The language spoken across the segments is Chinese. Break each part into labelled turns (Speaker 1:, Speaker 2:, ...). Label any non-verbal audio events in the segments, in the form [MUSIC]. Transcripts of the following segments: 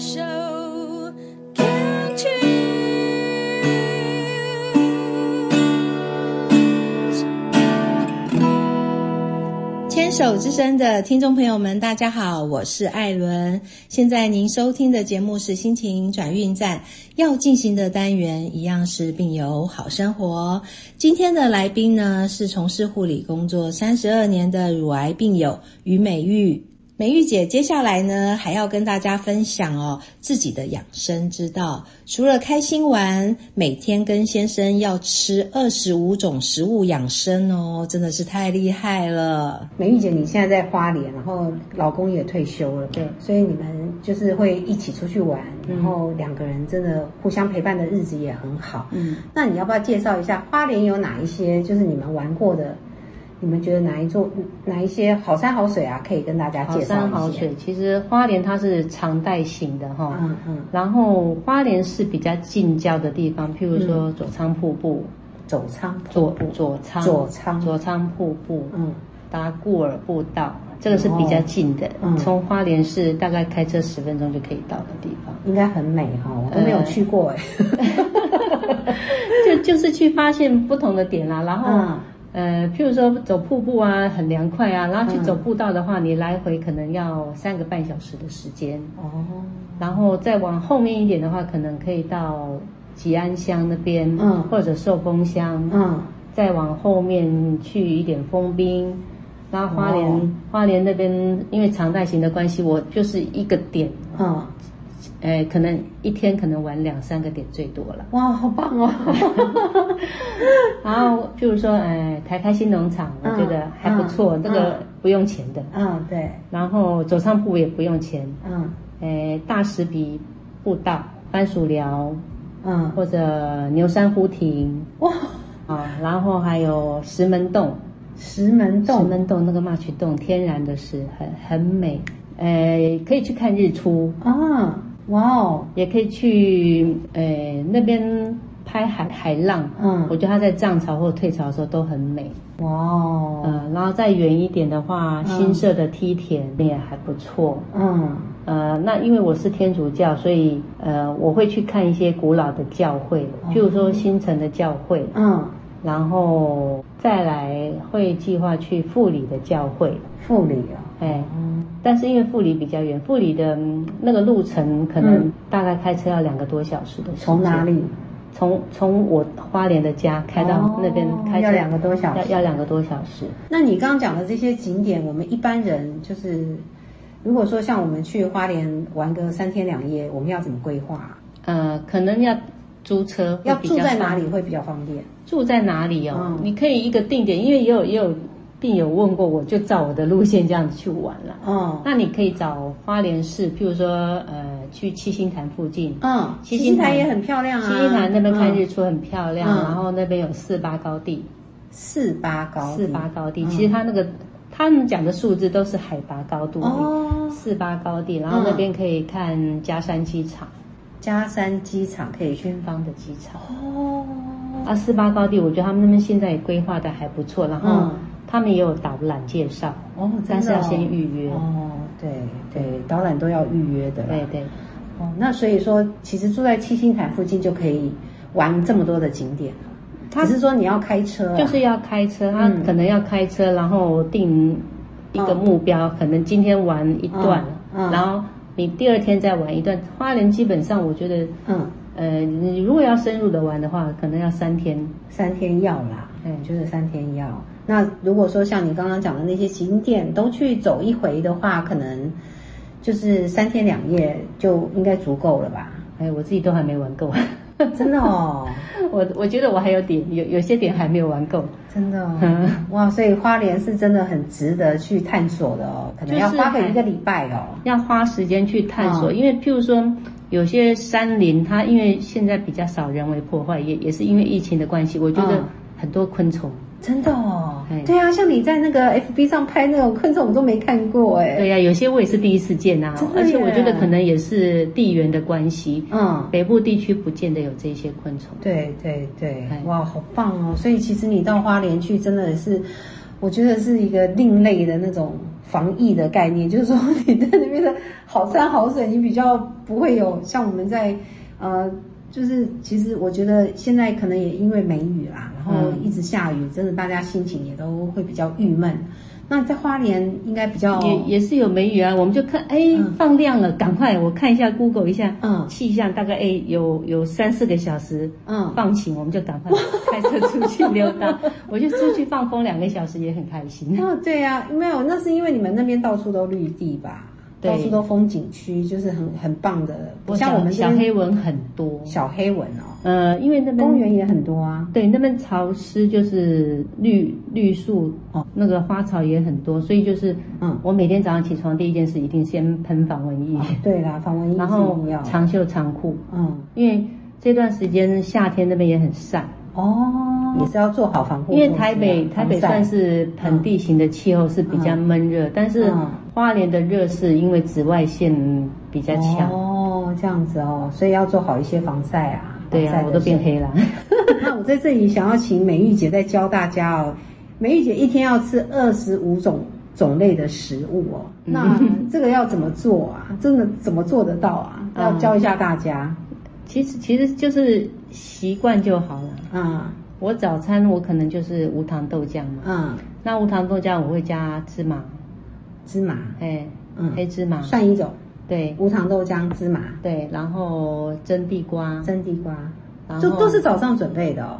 Speaker 1: 手，Can't you？
Speaker 2: 牵手之声的听众朋友们，大家好，我是艾伦。现在您收听的节目是心情转运站，要进行的单元一样是病友好生活。今天的来宾呢是从事护理工作三十二年的乳癌病友于美玉。美玉姐接下来呢，还要跟大家分享哦自己的养生之道。除了开心丸，每天跟先生要吃二十五种食物养生哦，真的是太厉害了。
Speaker 3: 美玉姐，你现在在花莲，然后老公也退休了，
Speaker 2: 对
Speaker 3: 所以你们就是会一起出去玩，
Speaker 2: 嗯
Speaker 3: 然后两个人真的互相陪伴的日子也很好。
Speaker 2: 嗯，
Speaker 3: 那你要不要介绍一下花莲有哪一些，就是你们玩过的？你们觉得哪一座哪一些好山好水啊？可以跟大家
Speaker 4: 好
Speaker 3: 介绍一些。
Speaker 4: 山好水，其实花莲它是常态型的哈、
Speaker 3: 嗯嗯，
Speaker 4: 然后花莲是比较近郊的地方，譬如说左仓瀑布、
Speaker 3: 走仓嗯瀑
Speaker 4: 左
Speaker 3: 布，
Speaker 4: 左仓、
Speaker 3: 左仓
Speaker 4: 左仓瀑布、
Speaker 3: 嗯
Speaker 4: 达固尔步道，这个是比较近的，
Speaker 3: 嗯
Speaker 4: 从花莲市大概开车十分钟就可以到的地
Speaker 3: [LAUGHS]
Speaker 4: 方。
Speaker 3: 应该很美哈、我都没有去过哎、
Speaker 4: 就就是去发现不同的点啦，然后、
Speaker 3: [LAUGHS] 嗯
Speaker 4: 呃，譬如说走瀑布啊，很凉快啊，然后去
Speaker 3: 嗯
Speaker 4: 走步道的话，你来回可能要三个半小时的时间，
Speaker 3: 哦，
Speaker 4: 然后再往后面一点的话，可能可以到吉安乡那边，
Speaker 3: 嗯
Speaker 4: 或者寿丰乡，
Speaker 3: 嗯，
Speaker 4: 再往后面去一点丰滨，然后花莲、
Speaker 3: 哦
Speaker 4: 花莲那边因为常态型的关系，我就是一个点，
Speaker 3: 嗯，
Speaker 4: 呃，可能一天可能玩两三个点最多了。
Speaker 3: 哇，好棒
Speaker 4: [LAUGHS]
Speaker 3: 哦！
Speaker 4: 然后，譬如说，哎，台开心农场，我
Speaker 3: 嗯
Speaker 4: 觉得还不错，
Speaker 3: 嗯
Speaker 4: 那个不用钱的。
Speaker 3: 嗯，对，
Speaker 4: 然后走上步也不用钱，
Speaker 3: 嗯
Speaker 4: 哎，大石鼻步道、番薯寮
Speaker 3: 嗯，
Speaker 4: 或者牛山湖亭
Speaker 3: 哇，
Speaker 4: 啊，然后还有石门洞，
Speaker 3: 石门
Speaker 4: 石
Speaker 3: 洞，
Speaker 4: 门洞那个马曲洞，天然的石，很很美，哎，可以去看日出，
Speaker 3: 啊，哇哦，
Speaker 4: 也可以去哎那边拍海海浪，
Speaker 3: 嗯
Speaker 4: 我觉得它在涨潮或退潮的时候都很美。
Speaker 3: 哇哦，
Speaker 4: 呃，然后再远一点的话，
Speaker 3: 嗯
Speaker 4: 新社的梯田也还不错。
Speaker 3: 嗯
Speaker 4: 呃，那因为我是天主教，所以呃，我会去看一些古老的教会，
Speaker 3: 哦
Speaker 4: 譬如说新城的教会，
Speaker 3: 嗯，
Speaker 4: 然后再来会计划去富里的教会，
Speaker 3: 富里哦，
Speaker 4: 哎，
Speaker 3: 嗯
Speaker 4: 但是因为富里比较远，富里的、嗯那个路程可能
Speaker 3: 嗯
Speaker 4: 大概开车要两个多小时的时间。
Speaker 3: 从哪？里？
Speaker 4: 从从我花莲的家开到那边
Speaker 3: 哦
Speaker 4: 开车、
Speaker 3: 要两个多小时
Speaker 4: 要要两个多小时。
Speaker 3: 那你刚刚讲的这些景点，我们一般人就是，如果说像我们去花莲玩个三天两夜，我们要怎么规划啊？
Speaker 4: 呃，可能要租车，
Speaker 3: 要住在哪里？会比较方便？
Speaker 4: 住在哪里哦？
Speaker 3: 嗯
Speaker 4: 你可以一个定点，因为也有也有病友问过我，就照我的路线这样子去玩了。
Speaker 3: 哦，
Speaker 4: 那你可以找花莲市，譬如说呃，去七星潭附近。
Speaker 3: 嗯，
Speaker 4: 七
Speaker 3: 七
Speaker 4: 星
Speaker 3: 星
Speaker 4: 潭
Speaker 3: 潭也很漂亮啊，
Speaker 4: 七星潭那边看日
Speaker 3: 嗯
Speaker 4: 出很漂亮，
Speaker 3: 嗯
Speaker 4: 然后那边有四八高地，
Speaker 3: 四八高地
Speaker 4: 四八高地，
Speaker 3: 嗯
Speaker 4: 其实它那个他们讲的数字都是海拔高度，
Speaker 3: 哦，
Speaker 4: 四八高地，然后那
Speaker 3: 嗯
Speaker 4: 边可以看嘉山机场，
Speaker 3: 加山机场可以去
Speaker 4: 军方的机场。
Speaker 3: 哦，
Speaker 4: 啊，四八高地，我觉得他们那边现在也规划的还不错，然后
Speaker 3: 嗯
Speaker 4: 他们也有导览介绍，
Speaker 3: 哦真的哦
Speaker 4: 但是要先预约。
Speaker 3: 哦，对对，导览都要预约的啦
Speaker 4: 对对，
Speaker 3: 哦，那所以说，其实住在七星潭附近就可以玩这么多的景点了。
Speaker 4: 它
Speaker 3: 只是说你要开车、啊，
Speaker 4: 就是要开车，他
Speaker 3: 嗯
Speaker 4: 可能要开车，然后定一个目标，可能今天玩一段，
Speaker 3: 嗯嗯
Speaker 4: 然后你第二天再玩一段。花莲基本上我觉得，
Speaker 3: 嗯，
Speaker 4: 呃，你如果要深入的玩的话，可能要三天。
Speaker 3: 三天要啦，
Speaker 4: 嗯
Speaker 3: 嗯，就是三天要。那如果说像你刚刚讲的那些景点都去走一回的话，可能就是三天两夜就应该足够了吧？
Speaker 4: 哎，我自己都还没玩够， [LAUGHS]
Speaker 3: 真的哦，
Speaker 4: 我我觉得我还有点有有些点还没有玩够。
Speaker 3: 真的
Speaker 4: [LAUGHS]
Speaker 3: 哦
Speaker 4: 嗯，
Speaker 3: 哇！所以花莲是真的很值得去探索的哦，可能要
Speaker 4: 就是
Speaker 3: 花个
Speaker 4: 还
Speaker 3: 一个礼拜哦。
Speaker 4: 要花时间去探索，
Speaker 3: 嗯
Speaker 4: 因为譬如说有些山林，它因为现在比较少人为破坏，也也是因为疫情的关系，我觉得
Speaker 3: 嗯
Speaker 4: 很多昆虫，
Speaker 3: 真的哦
Speaker 4: 哎，
Speaker 3: 对啊，像你在那个 FB 上拍那种昆虫，我都没看过哎。
Speaker 4: 对呀、有些我也是第一次见啊
Speaker 3: 真，的
Speaker 4: 而且我
Speaker 3: 耶
Speaker 4: 觉得可能也是地缘的关系，
Speaker 3: 嗯，
Speaker 4: 北部地区不见得有这些昆虫。
Speaker 3: 对对对
Speaker 4: 哎，
Speaker 3: 哇，好棒哦！所以其实你到花莲去，真的是我觉得是一个另类的那种防疫的概念，就是说你在那边的好山好水，你比较不会有像我们在呃，就是其实我觉得现在可能也因为梅雨啦，然后一直下雨，真的大家心情也都会比较郁闷。那在花莲应该比较
Speaker 4: 也也是有梅雨啊，我们就看，哎、
Speaker 3: 哦嗯
Speaker 4: 放亮了，赶快我看一下 Google 一下，
Speaker 3: 嗯
Speaker 4: 气象大概哎、有有三四个小时，
Speaker 3: 嗯
Speaker 4: 放晴我们就赶快开车出去溜达，
Speaker 3: [LAUGHS]
Speaker 4: 我就出去放风两个小时也很开心。
Speaker 3: 哦，对呀、没有，那是因为你们那边到处都绿地吧，
Speaker 4: 对
Speaker 3: 到处都风景区，就是很很棒的，不像
Speaker 4: 小
Speaker 3: 我们这
Speaker 4: 小
Speaker 3: 边
Speaker 4: 黑蚊很多，
Speaker 3: 小黑蚊哦，
Speaker 4: 呃，因为那边
Speaker 3: 公园也很多啊。
Speaker 4: 对，那边潮湿就是绿绿树哦，那个花草也很多，所以就是
Speaker 3: 嗯哦
Speaker 4: 我每天早上起床第一件事一定先喷防蚊液，
Speaker 3: 对啦，防蚊衣
Speaker 4: [LAUGHS] 然
Speaker 3: 是一
Speaker 4: 后
Speaker 3: 定要。
Speaker 4: 长袖长裤，
Speaker 3: 嗯，
Speaker 4: 因为这段时间夏天那边也很晒，
Speaker 3: 哦，也是要做好防护
Speaker 4: 因
Speaker 3: 措施啊。
Speaker 4: 为台北台北
Speaker 3: 防晒
Speaker 4: 算是盆地型的气候是比较闷热，但是
Speaker 3: 嗯
Speaker 4: 花莲的热是因为紫外线比较强，
Speaker 3: 哦，这样子哦，所以要做好一些防晒啊。
Speaker 4: 对
Speaker 3: 防
Speaker 4: 啊，
Speaker 3: 晒
Speaker 4: 我
Speaker 3: 的
Speaker 4: 都变
Speaker 3: 事
Speaker 4: 黑了。 [LAUGHS]
Speaker 3: [LAUGHS] 那我在这里想要请美玉姐再教大家哦，美玉姐一天要吃二十五种种类的食物哦，
Speaker 4: 嗯
Speaker 3: 那这个要怎么做啊？真的怎么做得到啊？
Speaker 4: 嗯
Speaker 3: 要教一下大家
Speaker 4: 其实其实就是习惯就好了。
Speaker 3: 啊，
Speaker 4: 我早餐我可能就是无糖豆浆嘛，
Speaker 3: 嗯，
Speaker 4: 那无糖豆浆我会加芝麻，
Speaker 3: 芝麻，
Speaker 4: 哎，
Speaker 3: 嗯
Speaker 4: 黑芝麻，
Speaker 3: 算一种，
Speaker 4: 对
Speaker 3: 无糖豆浆、芝麻、
Speaker 4: 对，然后蒸地瓜，
Speaker 3: 蒸地瓜，
Speaker 4: 然后
Speaker 3: 就都是早上准备的哦。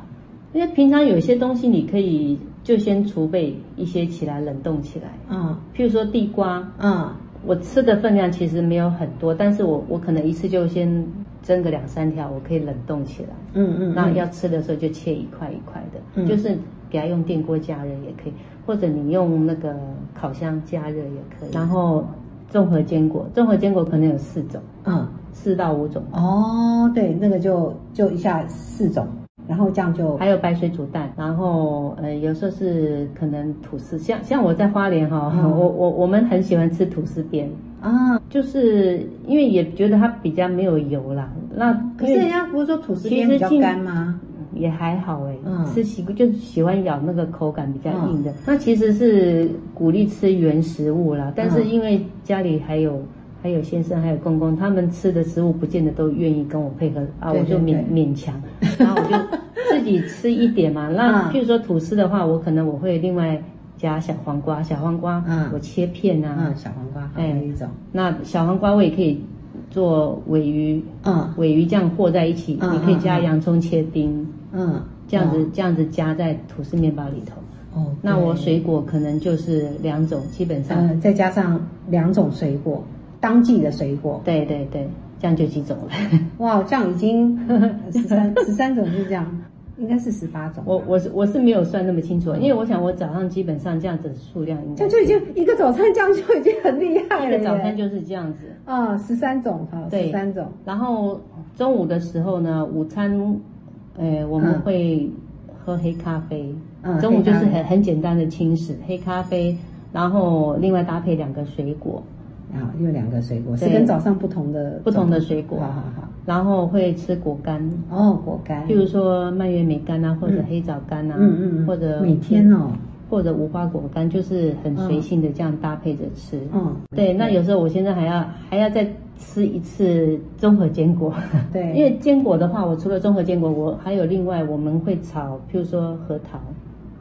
Speaker 4: 因为平常有些东西你可以就先储备一些起来冷冻起来，
Speaker 3: 嗯
Speaker 4: 譬如说地瓜，
Speaker 3: 嗯
Speaker 4: 我吃的分量其实没有很多，但是我我可能一次就先蒸个两三条，我可以冷冻起来。
Speaker 3: 嗯嗯，
Speaker 4: 那要吃的时候就切一块一块的，
Speaker 3: 嗯
Speaker 4: 就是给它用电锅加热也可以，或者你用那个烤箱加热也可以。然后综合坚果，综合坚果可能有四种，
Speaker 3: 嗯
Speaker 4: 四到五种，
Speaker 3: 哦，对，那个就就一下四种，然后这样就
Speaker 4: 还有白水煮蛋，然后呃有时候是可能吐司，像像我在花莲哈、
Speaker 3: 嗯
Speaker 4: 我我我们很喜欢吃吐司边，
Speaker 3: 啊，
Speaker 4: 就是因为也觉得它比较没有油啦，那
Speaker 3: 可是
Speaker 4: 因为
Speaker 3: 人家不是说吐司
Speaker 4: 其
Speaker 3: 边
Speaker 4: 实
Speaker 3: 比较
Speaker 4: 进
Speaker 3: 干吗？
Speaker 4: 也还好哎、
Speaker 3: 嗯
Speaker 4: 吃习惯就是喜欢咬那个口感比较硬的。那其实是鼓励吃原食物
Speaker 3: 嗯
Speaker 4: 啦，但是因为家里还有还有先生还有公公，他们吃的食物不见得都愿意跟我配合啊，
Speaker 3: 对
Speaker 4: 我就
Speaker 3: 对
Speaker 4: 勉
Speaker 3: 对
Speaker 4: 勉强，然后我就自己吃一
Speaker 3: [LAUGHS]
Speaker 4: 点嘛。那
Speaker 3: 嗯
Speaker 4: 譬如说吐司的话，我可能我会另外加小黄瓜，小黄瓜
Speaker 3: 嗯
Speaker 4: 我切片啊，
Speaker 3: 嗯，小黄瓜还有一种，
Speaker 4: 那小黄瓜我也可以做尾鱼，
Speaker 3: 嗯
Speaker 4: 尾鱼这样和在一起，
Speaker 3: 嗯
Speaker 4: 你可以
Speaker 3: 嗯
Speaker 4: 加
Speaker 3: 嗯
Speaker 4: 洋葱切丁，
Speaker 3: 嗯，
Speaker 4: 这样子、这样子夹在吐司面包里头。
Speaker 3: 哦，
Speaker 4: 那我
Speaker 3: 对
Speaker 4: 水果可能就是两种，基本上，
Speaker 3: 呃再加上两种水果，当季的水果，
Speaker 4: 对对对，这样就几种了。 [LAUGHS]
Speaker 3: 哇，这样已经十三十三种是这样，应该是十八种，
Speaker 4: 我我是我是没有算那么清楚，因为我想我早上基本上这样子的数量应
Speaker 3: 嗯这样
Speaker 4: 该
Speaker 3: 就已经一个早餐这样就已经很厉害
Speaker 4: 一
Speaker 3: 了
Speaker 4: 个
Speaker 3: 耶，
Speaker 4: 早餐就是这样子。
Speaker 3: 啊十三种哈，
Speaker 4: 对
Speaker 3: 十三种，
Speaker 4: 然后中午的时候呢，午餐，呃，我们
Speaker 3: 嗯
Speaker 4: 会喝黑咖啡。
Speaker 3: 嗯
Speaker 4: 中午
Speaker 3: 黑
Speaker 4: 就
Speaker 3: 咖
Speaker 4: 是
Speaker 3: 啡
Speaker 4: 很很简单的轻食，黑咖啡，然后另外搭配两个水果，
Speaker 3: 啊又两个水果是
Speaker 4: 对
Speaker 3: 跟早上不同的
Speaker 4: 不同的水果
Speaker 3: 好好好，
Speaker 4: 然后会吃果干，
Speaker 3: 哦果干，
Speaker 4: 譬如说蔓越莓干啊，或者
Speaker 3: 嗯
Speaker 4: 黑枣干啊，
Speaker 3: 嗯嗯嗯，
Speaker 4: 或者
Speaker 3: 每天哦，
Speaker 4: 或者无花果干，就是很随性的这样搭配着吃。
Speaker 3: 嗯
Speaker 4: 对，那有时候我现在还要还要再吃一次综合坚果。
Speaker 3: 对
Speaker 4: [LAUGHS] 因为坚果的话，我除了综合坚果，我还有另外我们会炒，譬如说核桃、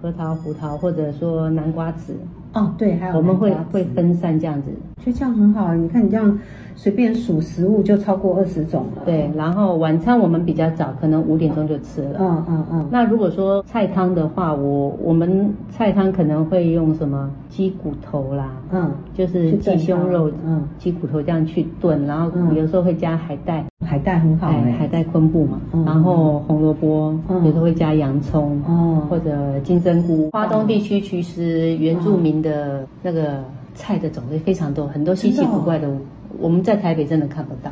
Speaker 4: 核桃、胡桃，或者说南瓜子，
Speaker 3: 哦对，还有
Speaker 4: 我们会
Speaker 3: 南瓜
Speaker 4: 会
Speaker 3: 籽
Speaker 4: 分散这样子。
Speaker 3: 就这样很好啊！你看你这样随便数食物就超过二十种了。，
Speaker 4: 对，然后晚餐我们比较早，可能五点钟就吃了。
Speaker 3: 嗯嗯嗯，
Speaker 4: 那如果说菜汤的话，我我们菜汤可能会用什么鸡骨头啦，
Speaker 3: 嗯，
Speaker 4: 就是鸡胸肉
Speaker 3: 去炖它，嗯，
Speaker 4: 鸡骨头这样去炖，然后
Speaker 3: 嗯
Speaker 4: 有时候会加海带，
Speaker 3: 海带很好
Speaker 4: 海
Speaker 3: 哎、
Speaker 4: 海带昆布嘛
Speaker 3: 嗯，
Speaker 4: 然后红萝卜，
Speaker 3: 嗯
Speaker 4: 有时候会加洋葱，
Speaker 3: 哦
Speaker 4: 或者金针菇。花东地区其实原住民的那个菜的种类非常多，很多稀奇
Speaker 3: 真的哦
Speaker 4: 古怪的，我们在台北真的看不到。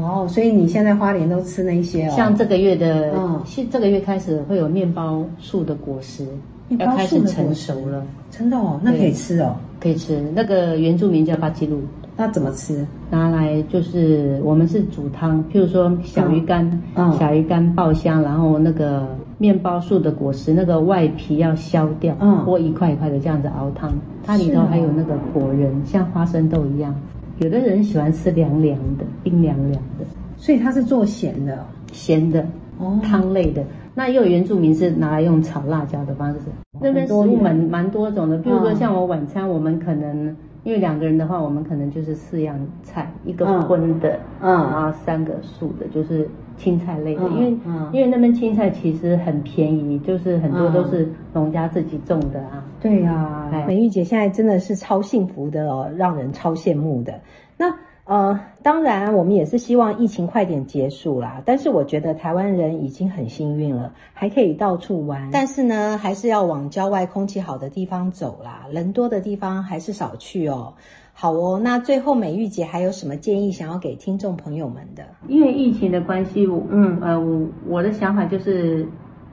Speaker 3: 哇哦，所以你现在花莲都吃那些哦，
Speaker 4: 像这个月的
Speaker 3: 嗯，
Speaker 4: 是这个月开始会有面包树的果实
Speaker 3: 面包
Speaker 4: 要开
Speaker 3: 树
Speaker 4: 始
Speaker 3: 的果
Speaker 4: 成
Speaker 3: 实
Speaker 4: 熟了，
Speaker 3: 真的哦，那可以吃哦，
Speaker 4: 可以吃。那个原住民叫巴基路。
Speaker 3: 那怎么吃？
Speaker 4: 拿来就是我们是煮汤，譬如说小鱼干，
Speaker 3: 嗯嗯
Speaker 4: 小鱼干爆香，然后那个面包树的果实那个外皮要削掉，
Speaker 3: 嗯
Speaker 4: 剥一块一块的这样子熬汤，它里
Speaker 3: 是
Speaker 4: 头
Speaker 3: 哦
Speaker 4: 还有那个果仁，像花生豆一样。有的人喜欢吃凉凉的、冰凉凉的、
Speaker 3: 所以它是做咸的
Speaker 4: 咸的、
Speaker 3: 哦
Speaker 4: 汤类的。那也有原住民是拿来用炒辣椒的方式。那
Speaker 3: 哦
Speaker 4: 边
Speaker 3: 很
Speaker 4: 食
Speaker 3: 多
Speaker 4: 物
Speaker 3: 元
Speaker 4: 蛮蛮多种的，比如说
Speaker 3: 嗯
Speaker 4: 像我晚餐，我们可能因为两个人的话，我们可能就是四样菜，一个
Speaker 3: 嗯
Speaker 4: 荤的，
Speaker 3: 嗯
Speaker 4: 然后三个素的，就是青菜类的。
Speaker 3: 嗯
Speaker 4: 因为
Speaker 3: 嗯
Speaker 4: 因为那边青菜其实很便宜，就是很多
Speaker 3: 嗯
Speaker 4: 都是农家自己种的啊。
Speaker 3: 对呀、
Speaker 4: 哎
Speaker 2: 美玉姐现在真的是超幸福的哦，让人超羡慕的。那呃，当然我们也是希望疫情快点结束啦，但是我觉得台湾人已经很幸运了，还可以到处玩。但是呢，还是要往郊外空气好的地方走啦，人多的地方还是少去哦。好哦，那最后美玉姐还有什么建议想要给听众朋友们的？
Speaker 4: 因为疫情的关系，我
Speaker 3: 嗯
Speaker 4: 呃我我的想法就是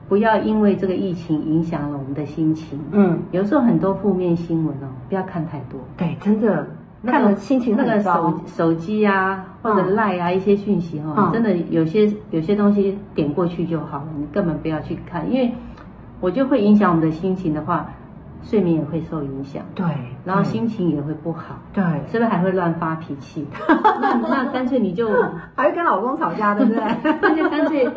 Speaker 4: 不要因为这个疫情影响了我们的心情。
Speaker 3: 嗯，
Speaker 4: 有时候很多负面新闻哦，不要看太多。
Speaker 3: 对，
Speaker 2: 哎
Speaker 3: 真的，
Speaker 4: 那
Speaker 3: 看
Speaker 4: 个
Speaker 3: 了心情
Speaker 4: 那
Speaker 3: 很
Speaker 4: 个
Speaker 3: 糟
Speaker 4: 手手机啊，或者
Speaker 3: 嗯
Speaker 4: 赖啊、一些讯息哈、
Speaker 3: 嗯
Speaker 4: 真的有些有些东西点过去就好了，你根本不要去看，因为我就会影响我们的心情的话，睡眠也会受影响，
Speaker 3: 对，
Speaker 4: 然后
Speaker 2: 嗯
Speaker 4: 心情也会不好，
Speaker 3: 对，
Speaker 4: 是不是还会乱发脾
Speaker 3: [LAUGHS]
Speaker 4: 气？那那干脆你就 [LAUGHS]
Speaker 3: 还会跟老公吵架，对
Speaker 2: [LAUGHS]
Speaker 3: 不对？
Speaker 4: 那就干脆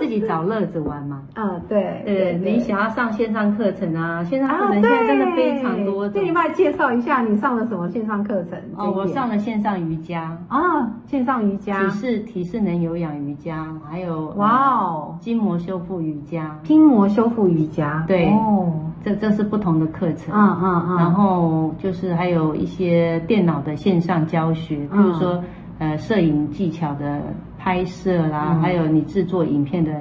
Speaker 4: 自己找乐子玩嘛。
Speaker 3: 嗯，对
Speaker 4: 对，你想要上线上课程啊，线上课程现在真的非常多种
Speaker 3: 对，。你帮我介绍一下你上了什么线上课程？
Speaker 4: 哦，我上了线上瑜伽，
Speaker 3: 啊，线上瑜伽
Speaker 4: 体，式体式能有氧瑜伽，还有
Speaker 3: 哇
Speaker 4: 呃
Speaker 3: 哦，
Speaker 4: 筋膜修复瑜伽，
Speaker 3: 筋膜修复瑜伽，
Speaker 4: 对
Speaker 3: 哦，
Speaker 4: 这这是不同的课程。
Speaker 3: 嗯嗯嗯，
Speaker 4: 然后就是还有一些电脑的线上教学，比如
Speaker 3: 嗯
Speaker 4: 说呃摄影技巧的拍摄啦，
Speaker 3: 嗯
Speaker 4: 还有你制作影片的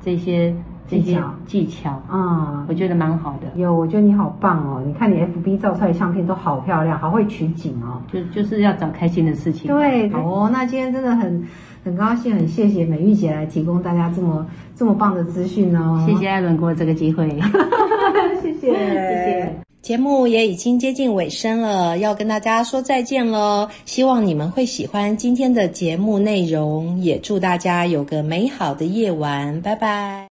Speaker 4: 这些这
Speaker 3: 技
Speaker 4: 些
Speaker 3: 巧
Speaker 4: 技巧，
Speaker 3: 啊、
Speaker 4: 我觉得蛮好的。
Speaker 3: 有，我觉得你好棒哦！你看你 FB 照出来的相片都好漂亮，好会取景哦。
Speaker 4: 就就是要找开心的事情。
Speaker 3: 对，好哦，那今天真的很很高兴，很谢谢美玉姐来提供大家这么这么棒的资讯哦。
Speaker 4: 谢，谢艾伦给我这个机会。
Speaker 3: [LAUGHS] 谢谢，谢
Speaker 4: 谢。
Speaker 2: 节目也已经接近尾声了，要跟大家说再见喽。希望你们会喜欢今天的节目内容，也祝大家有个美好的夜晚，拜拜。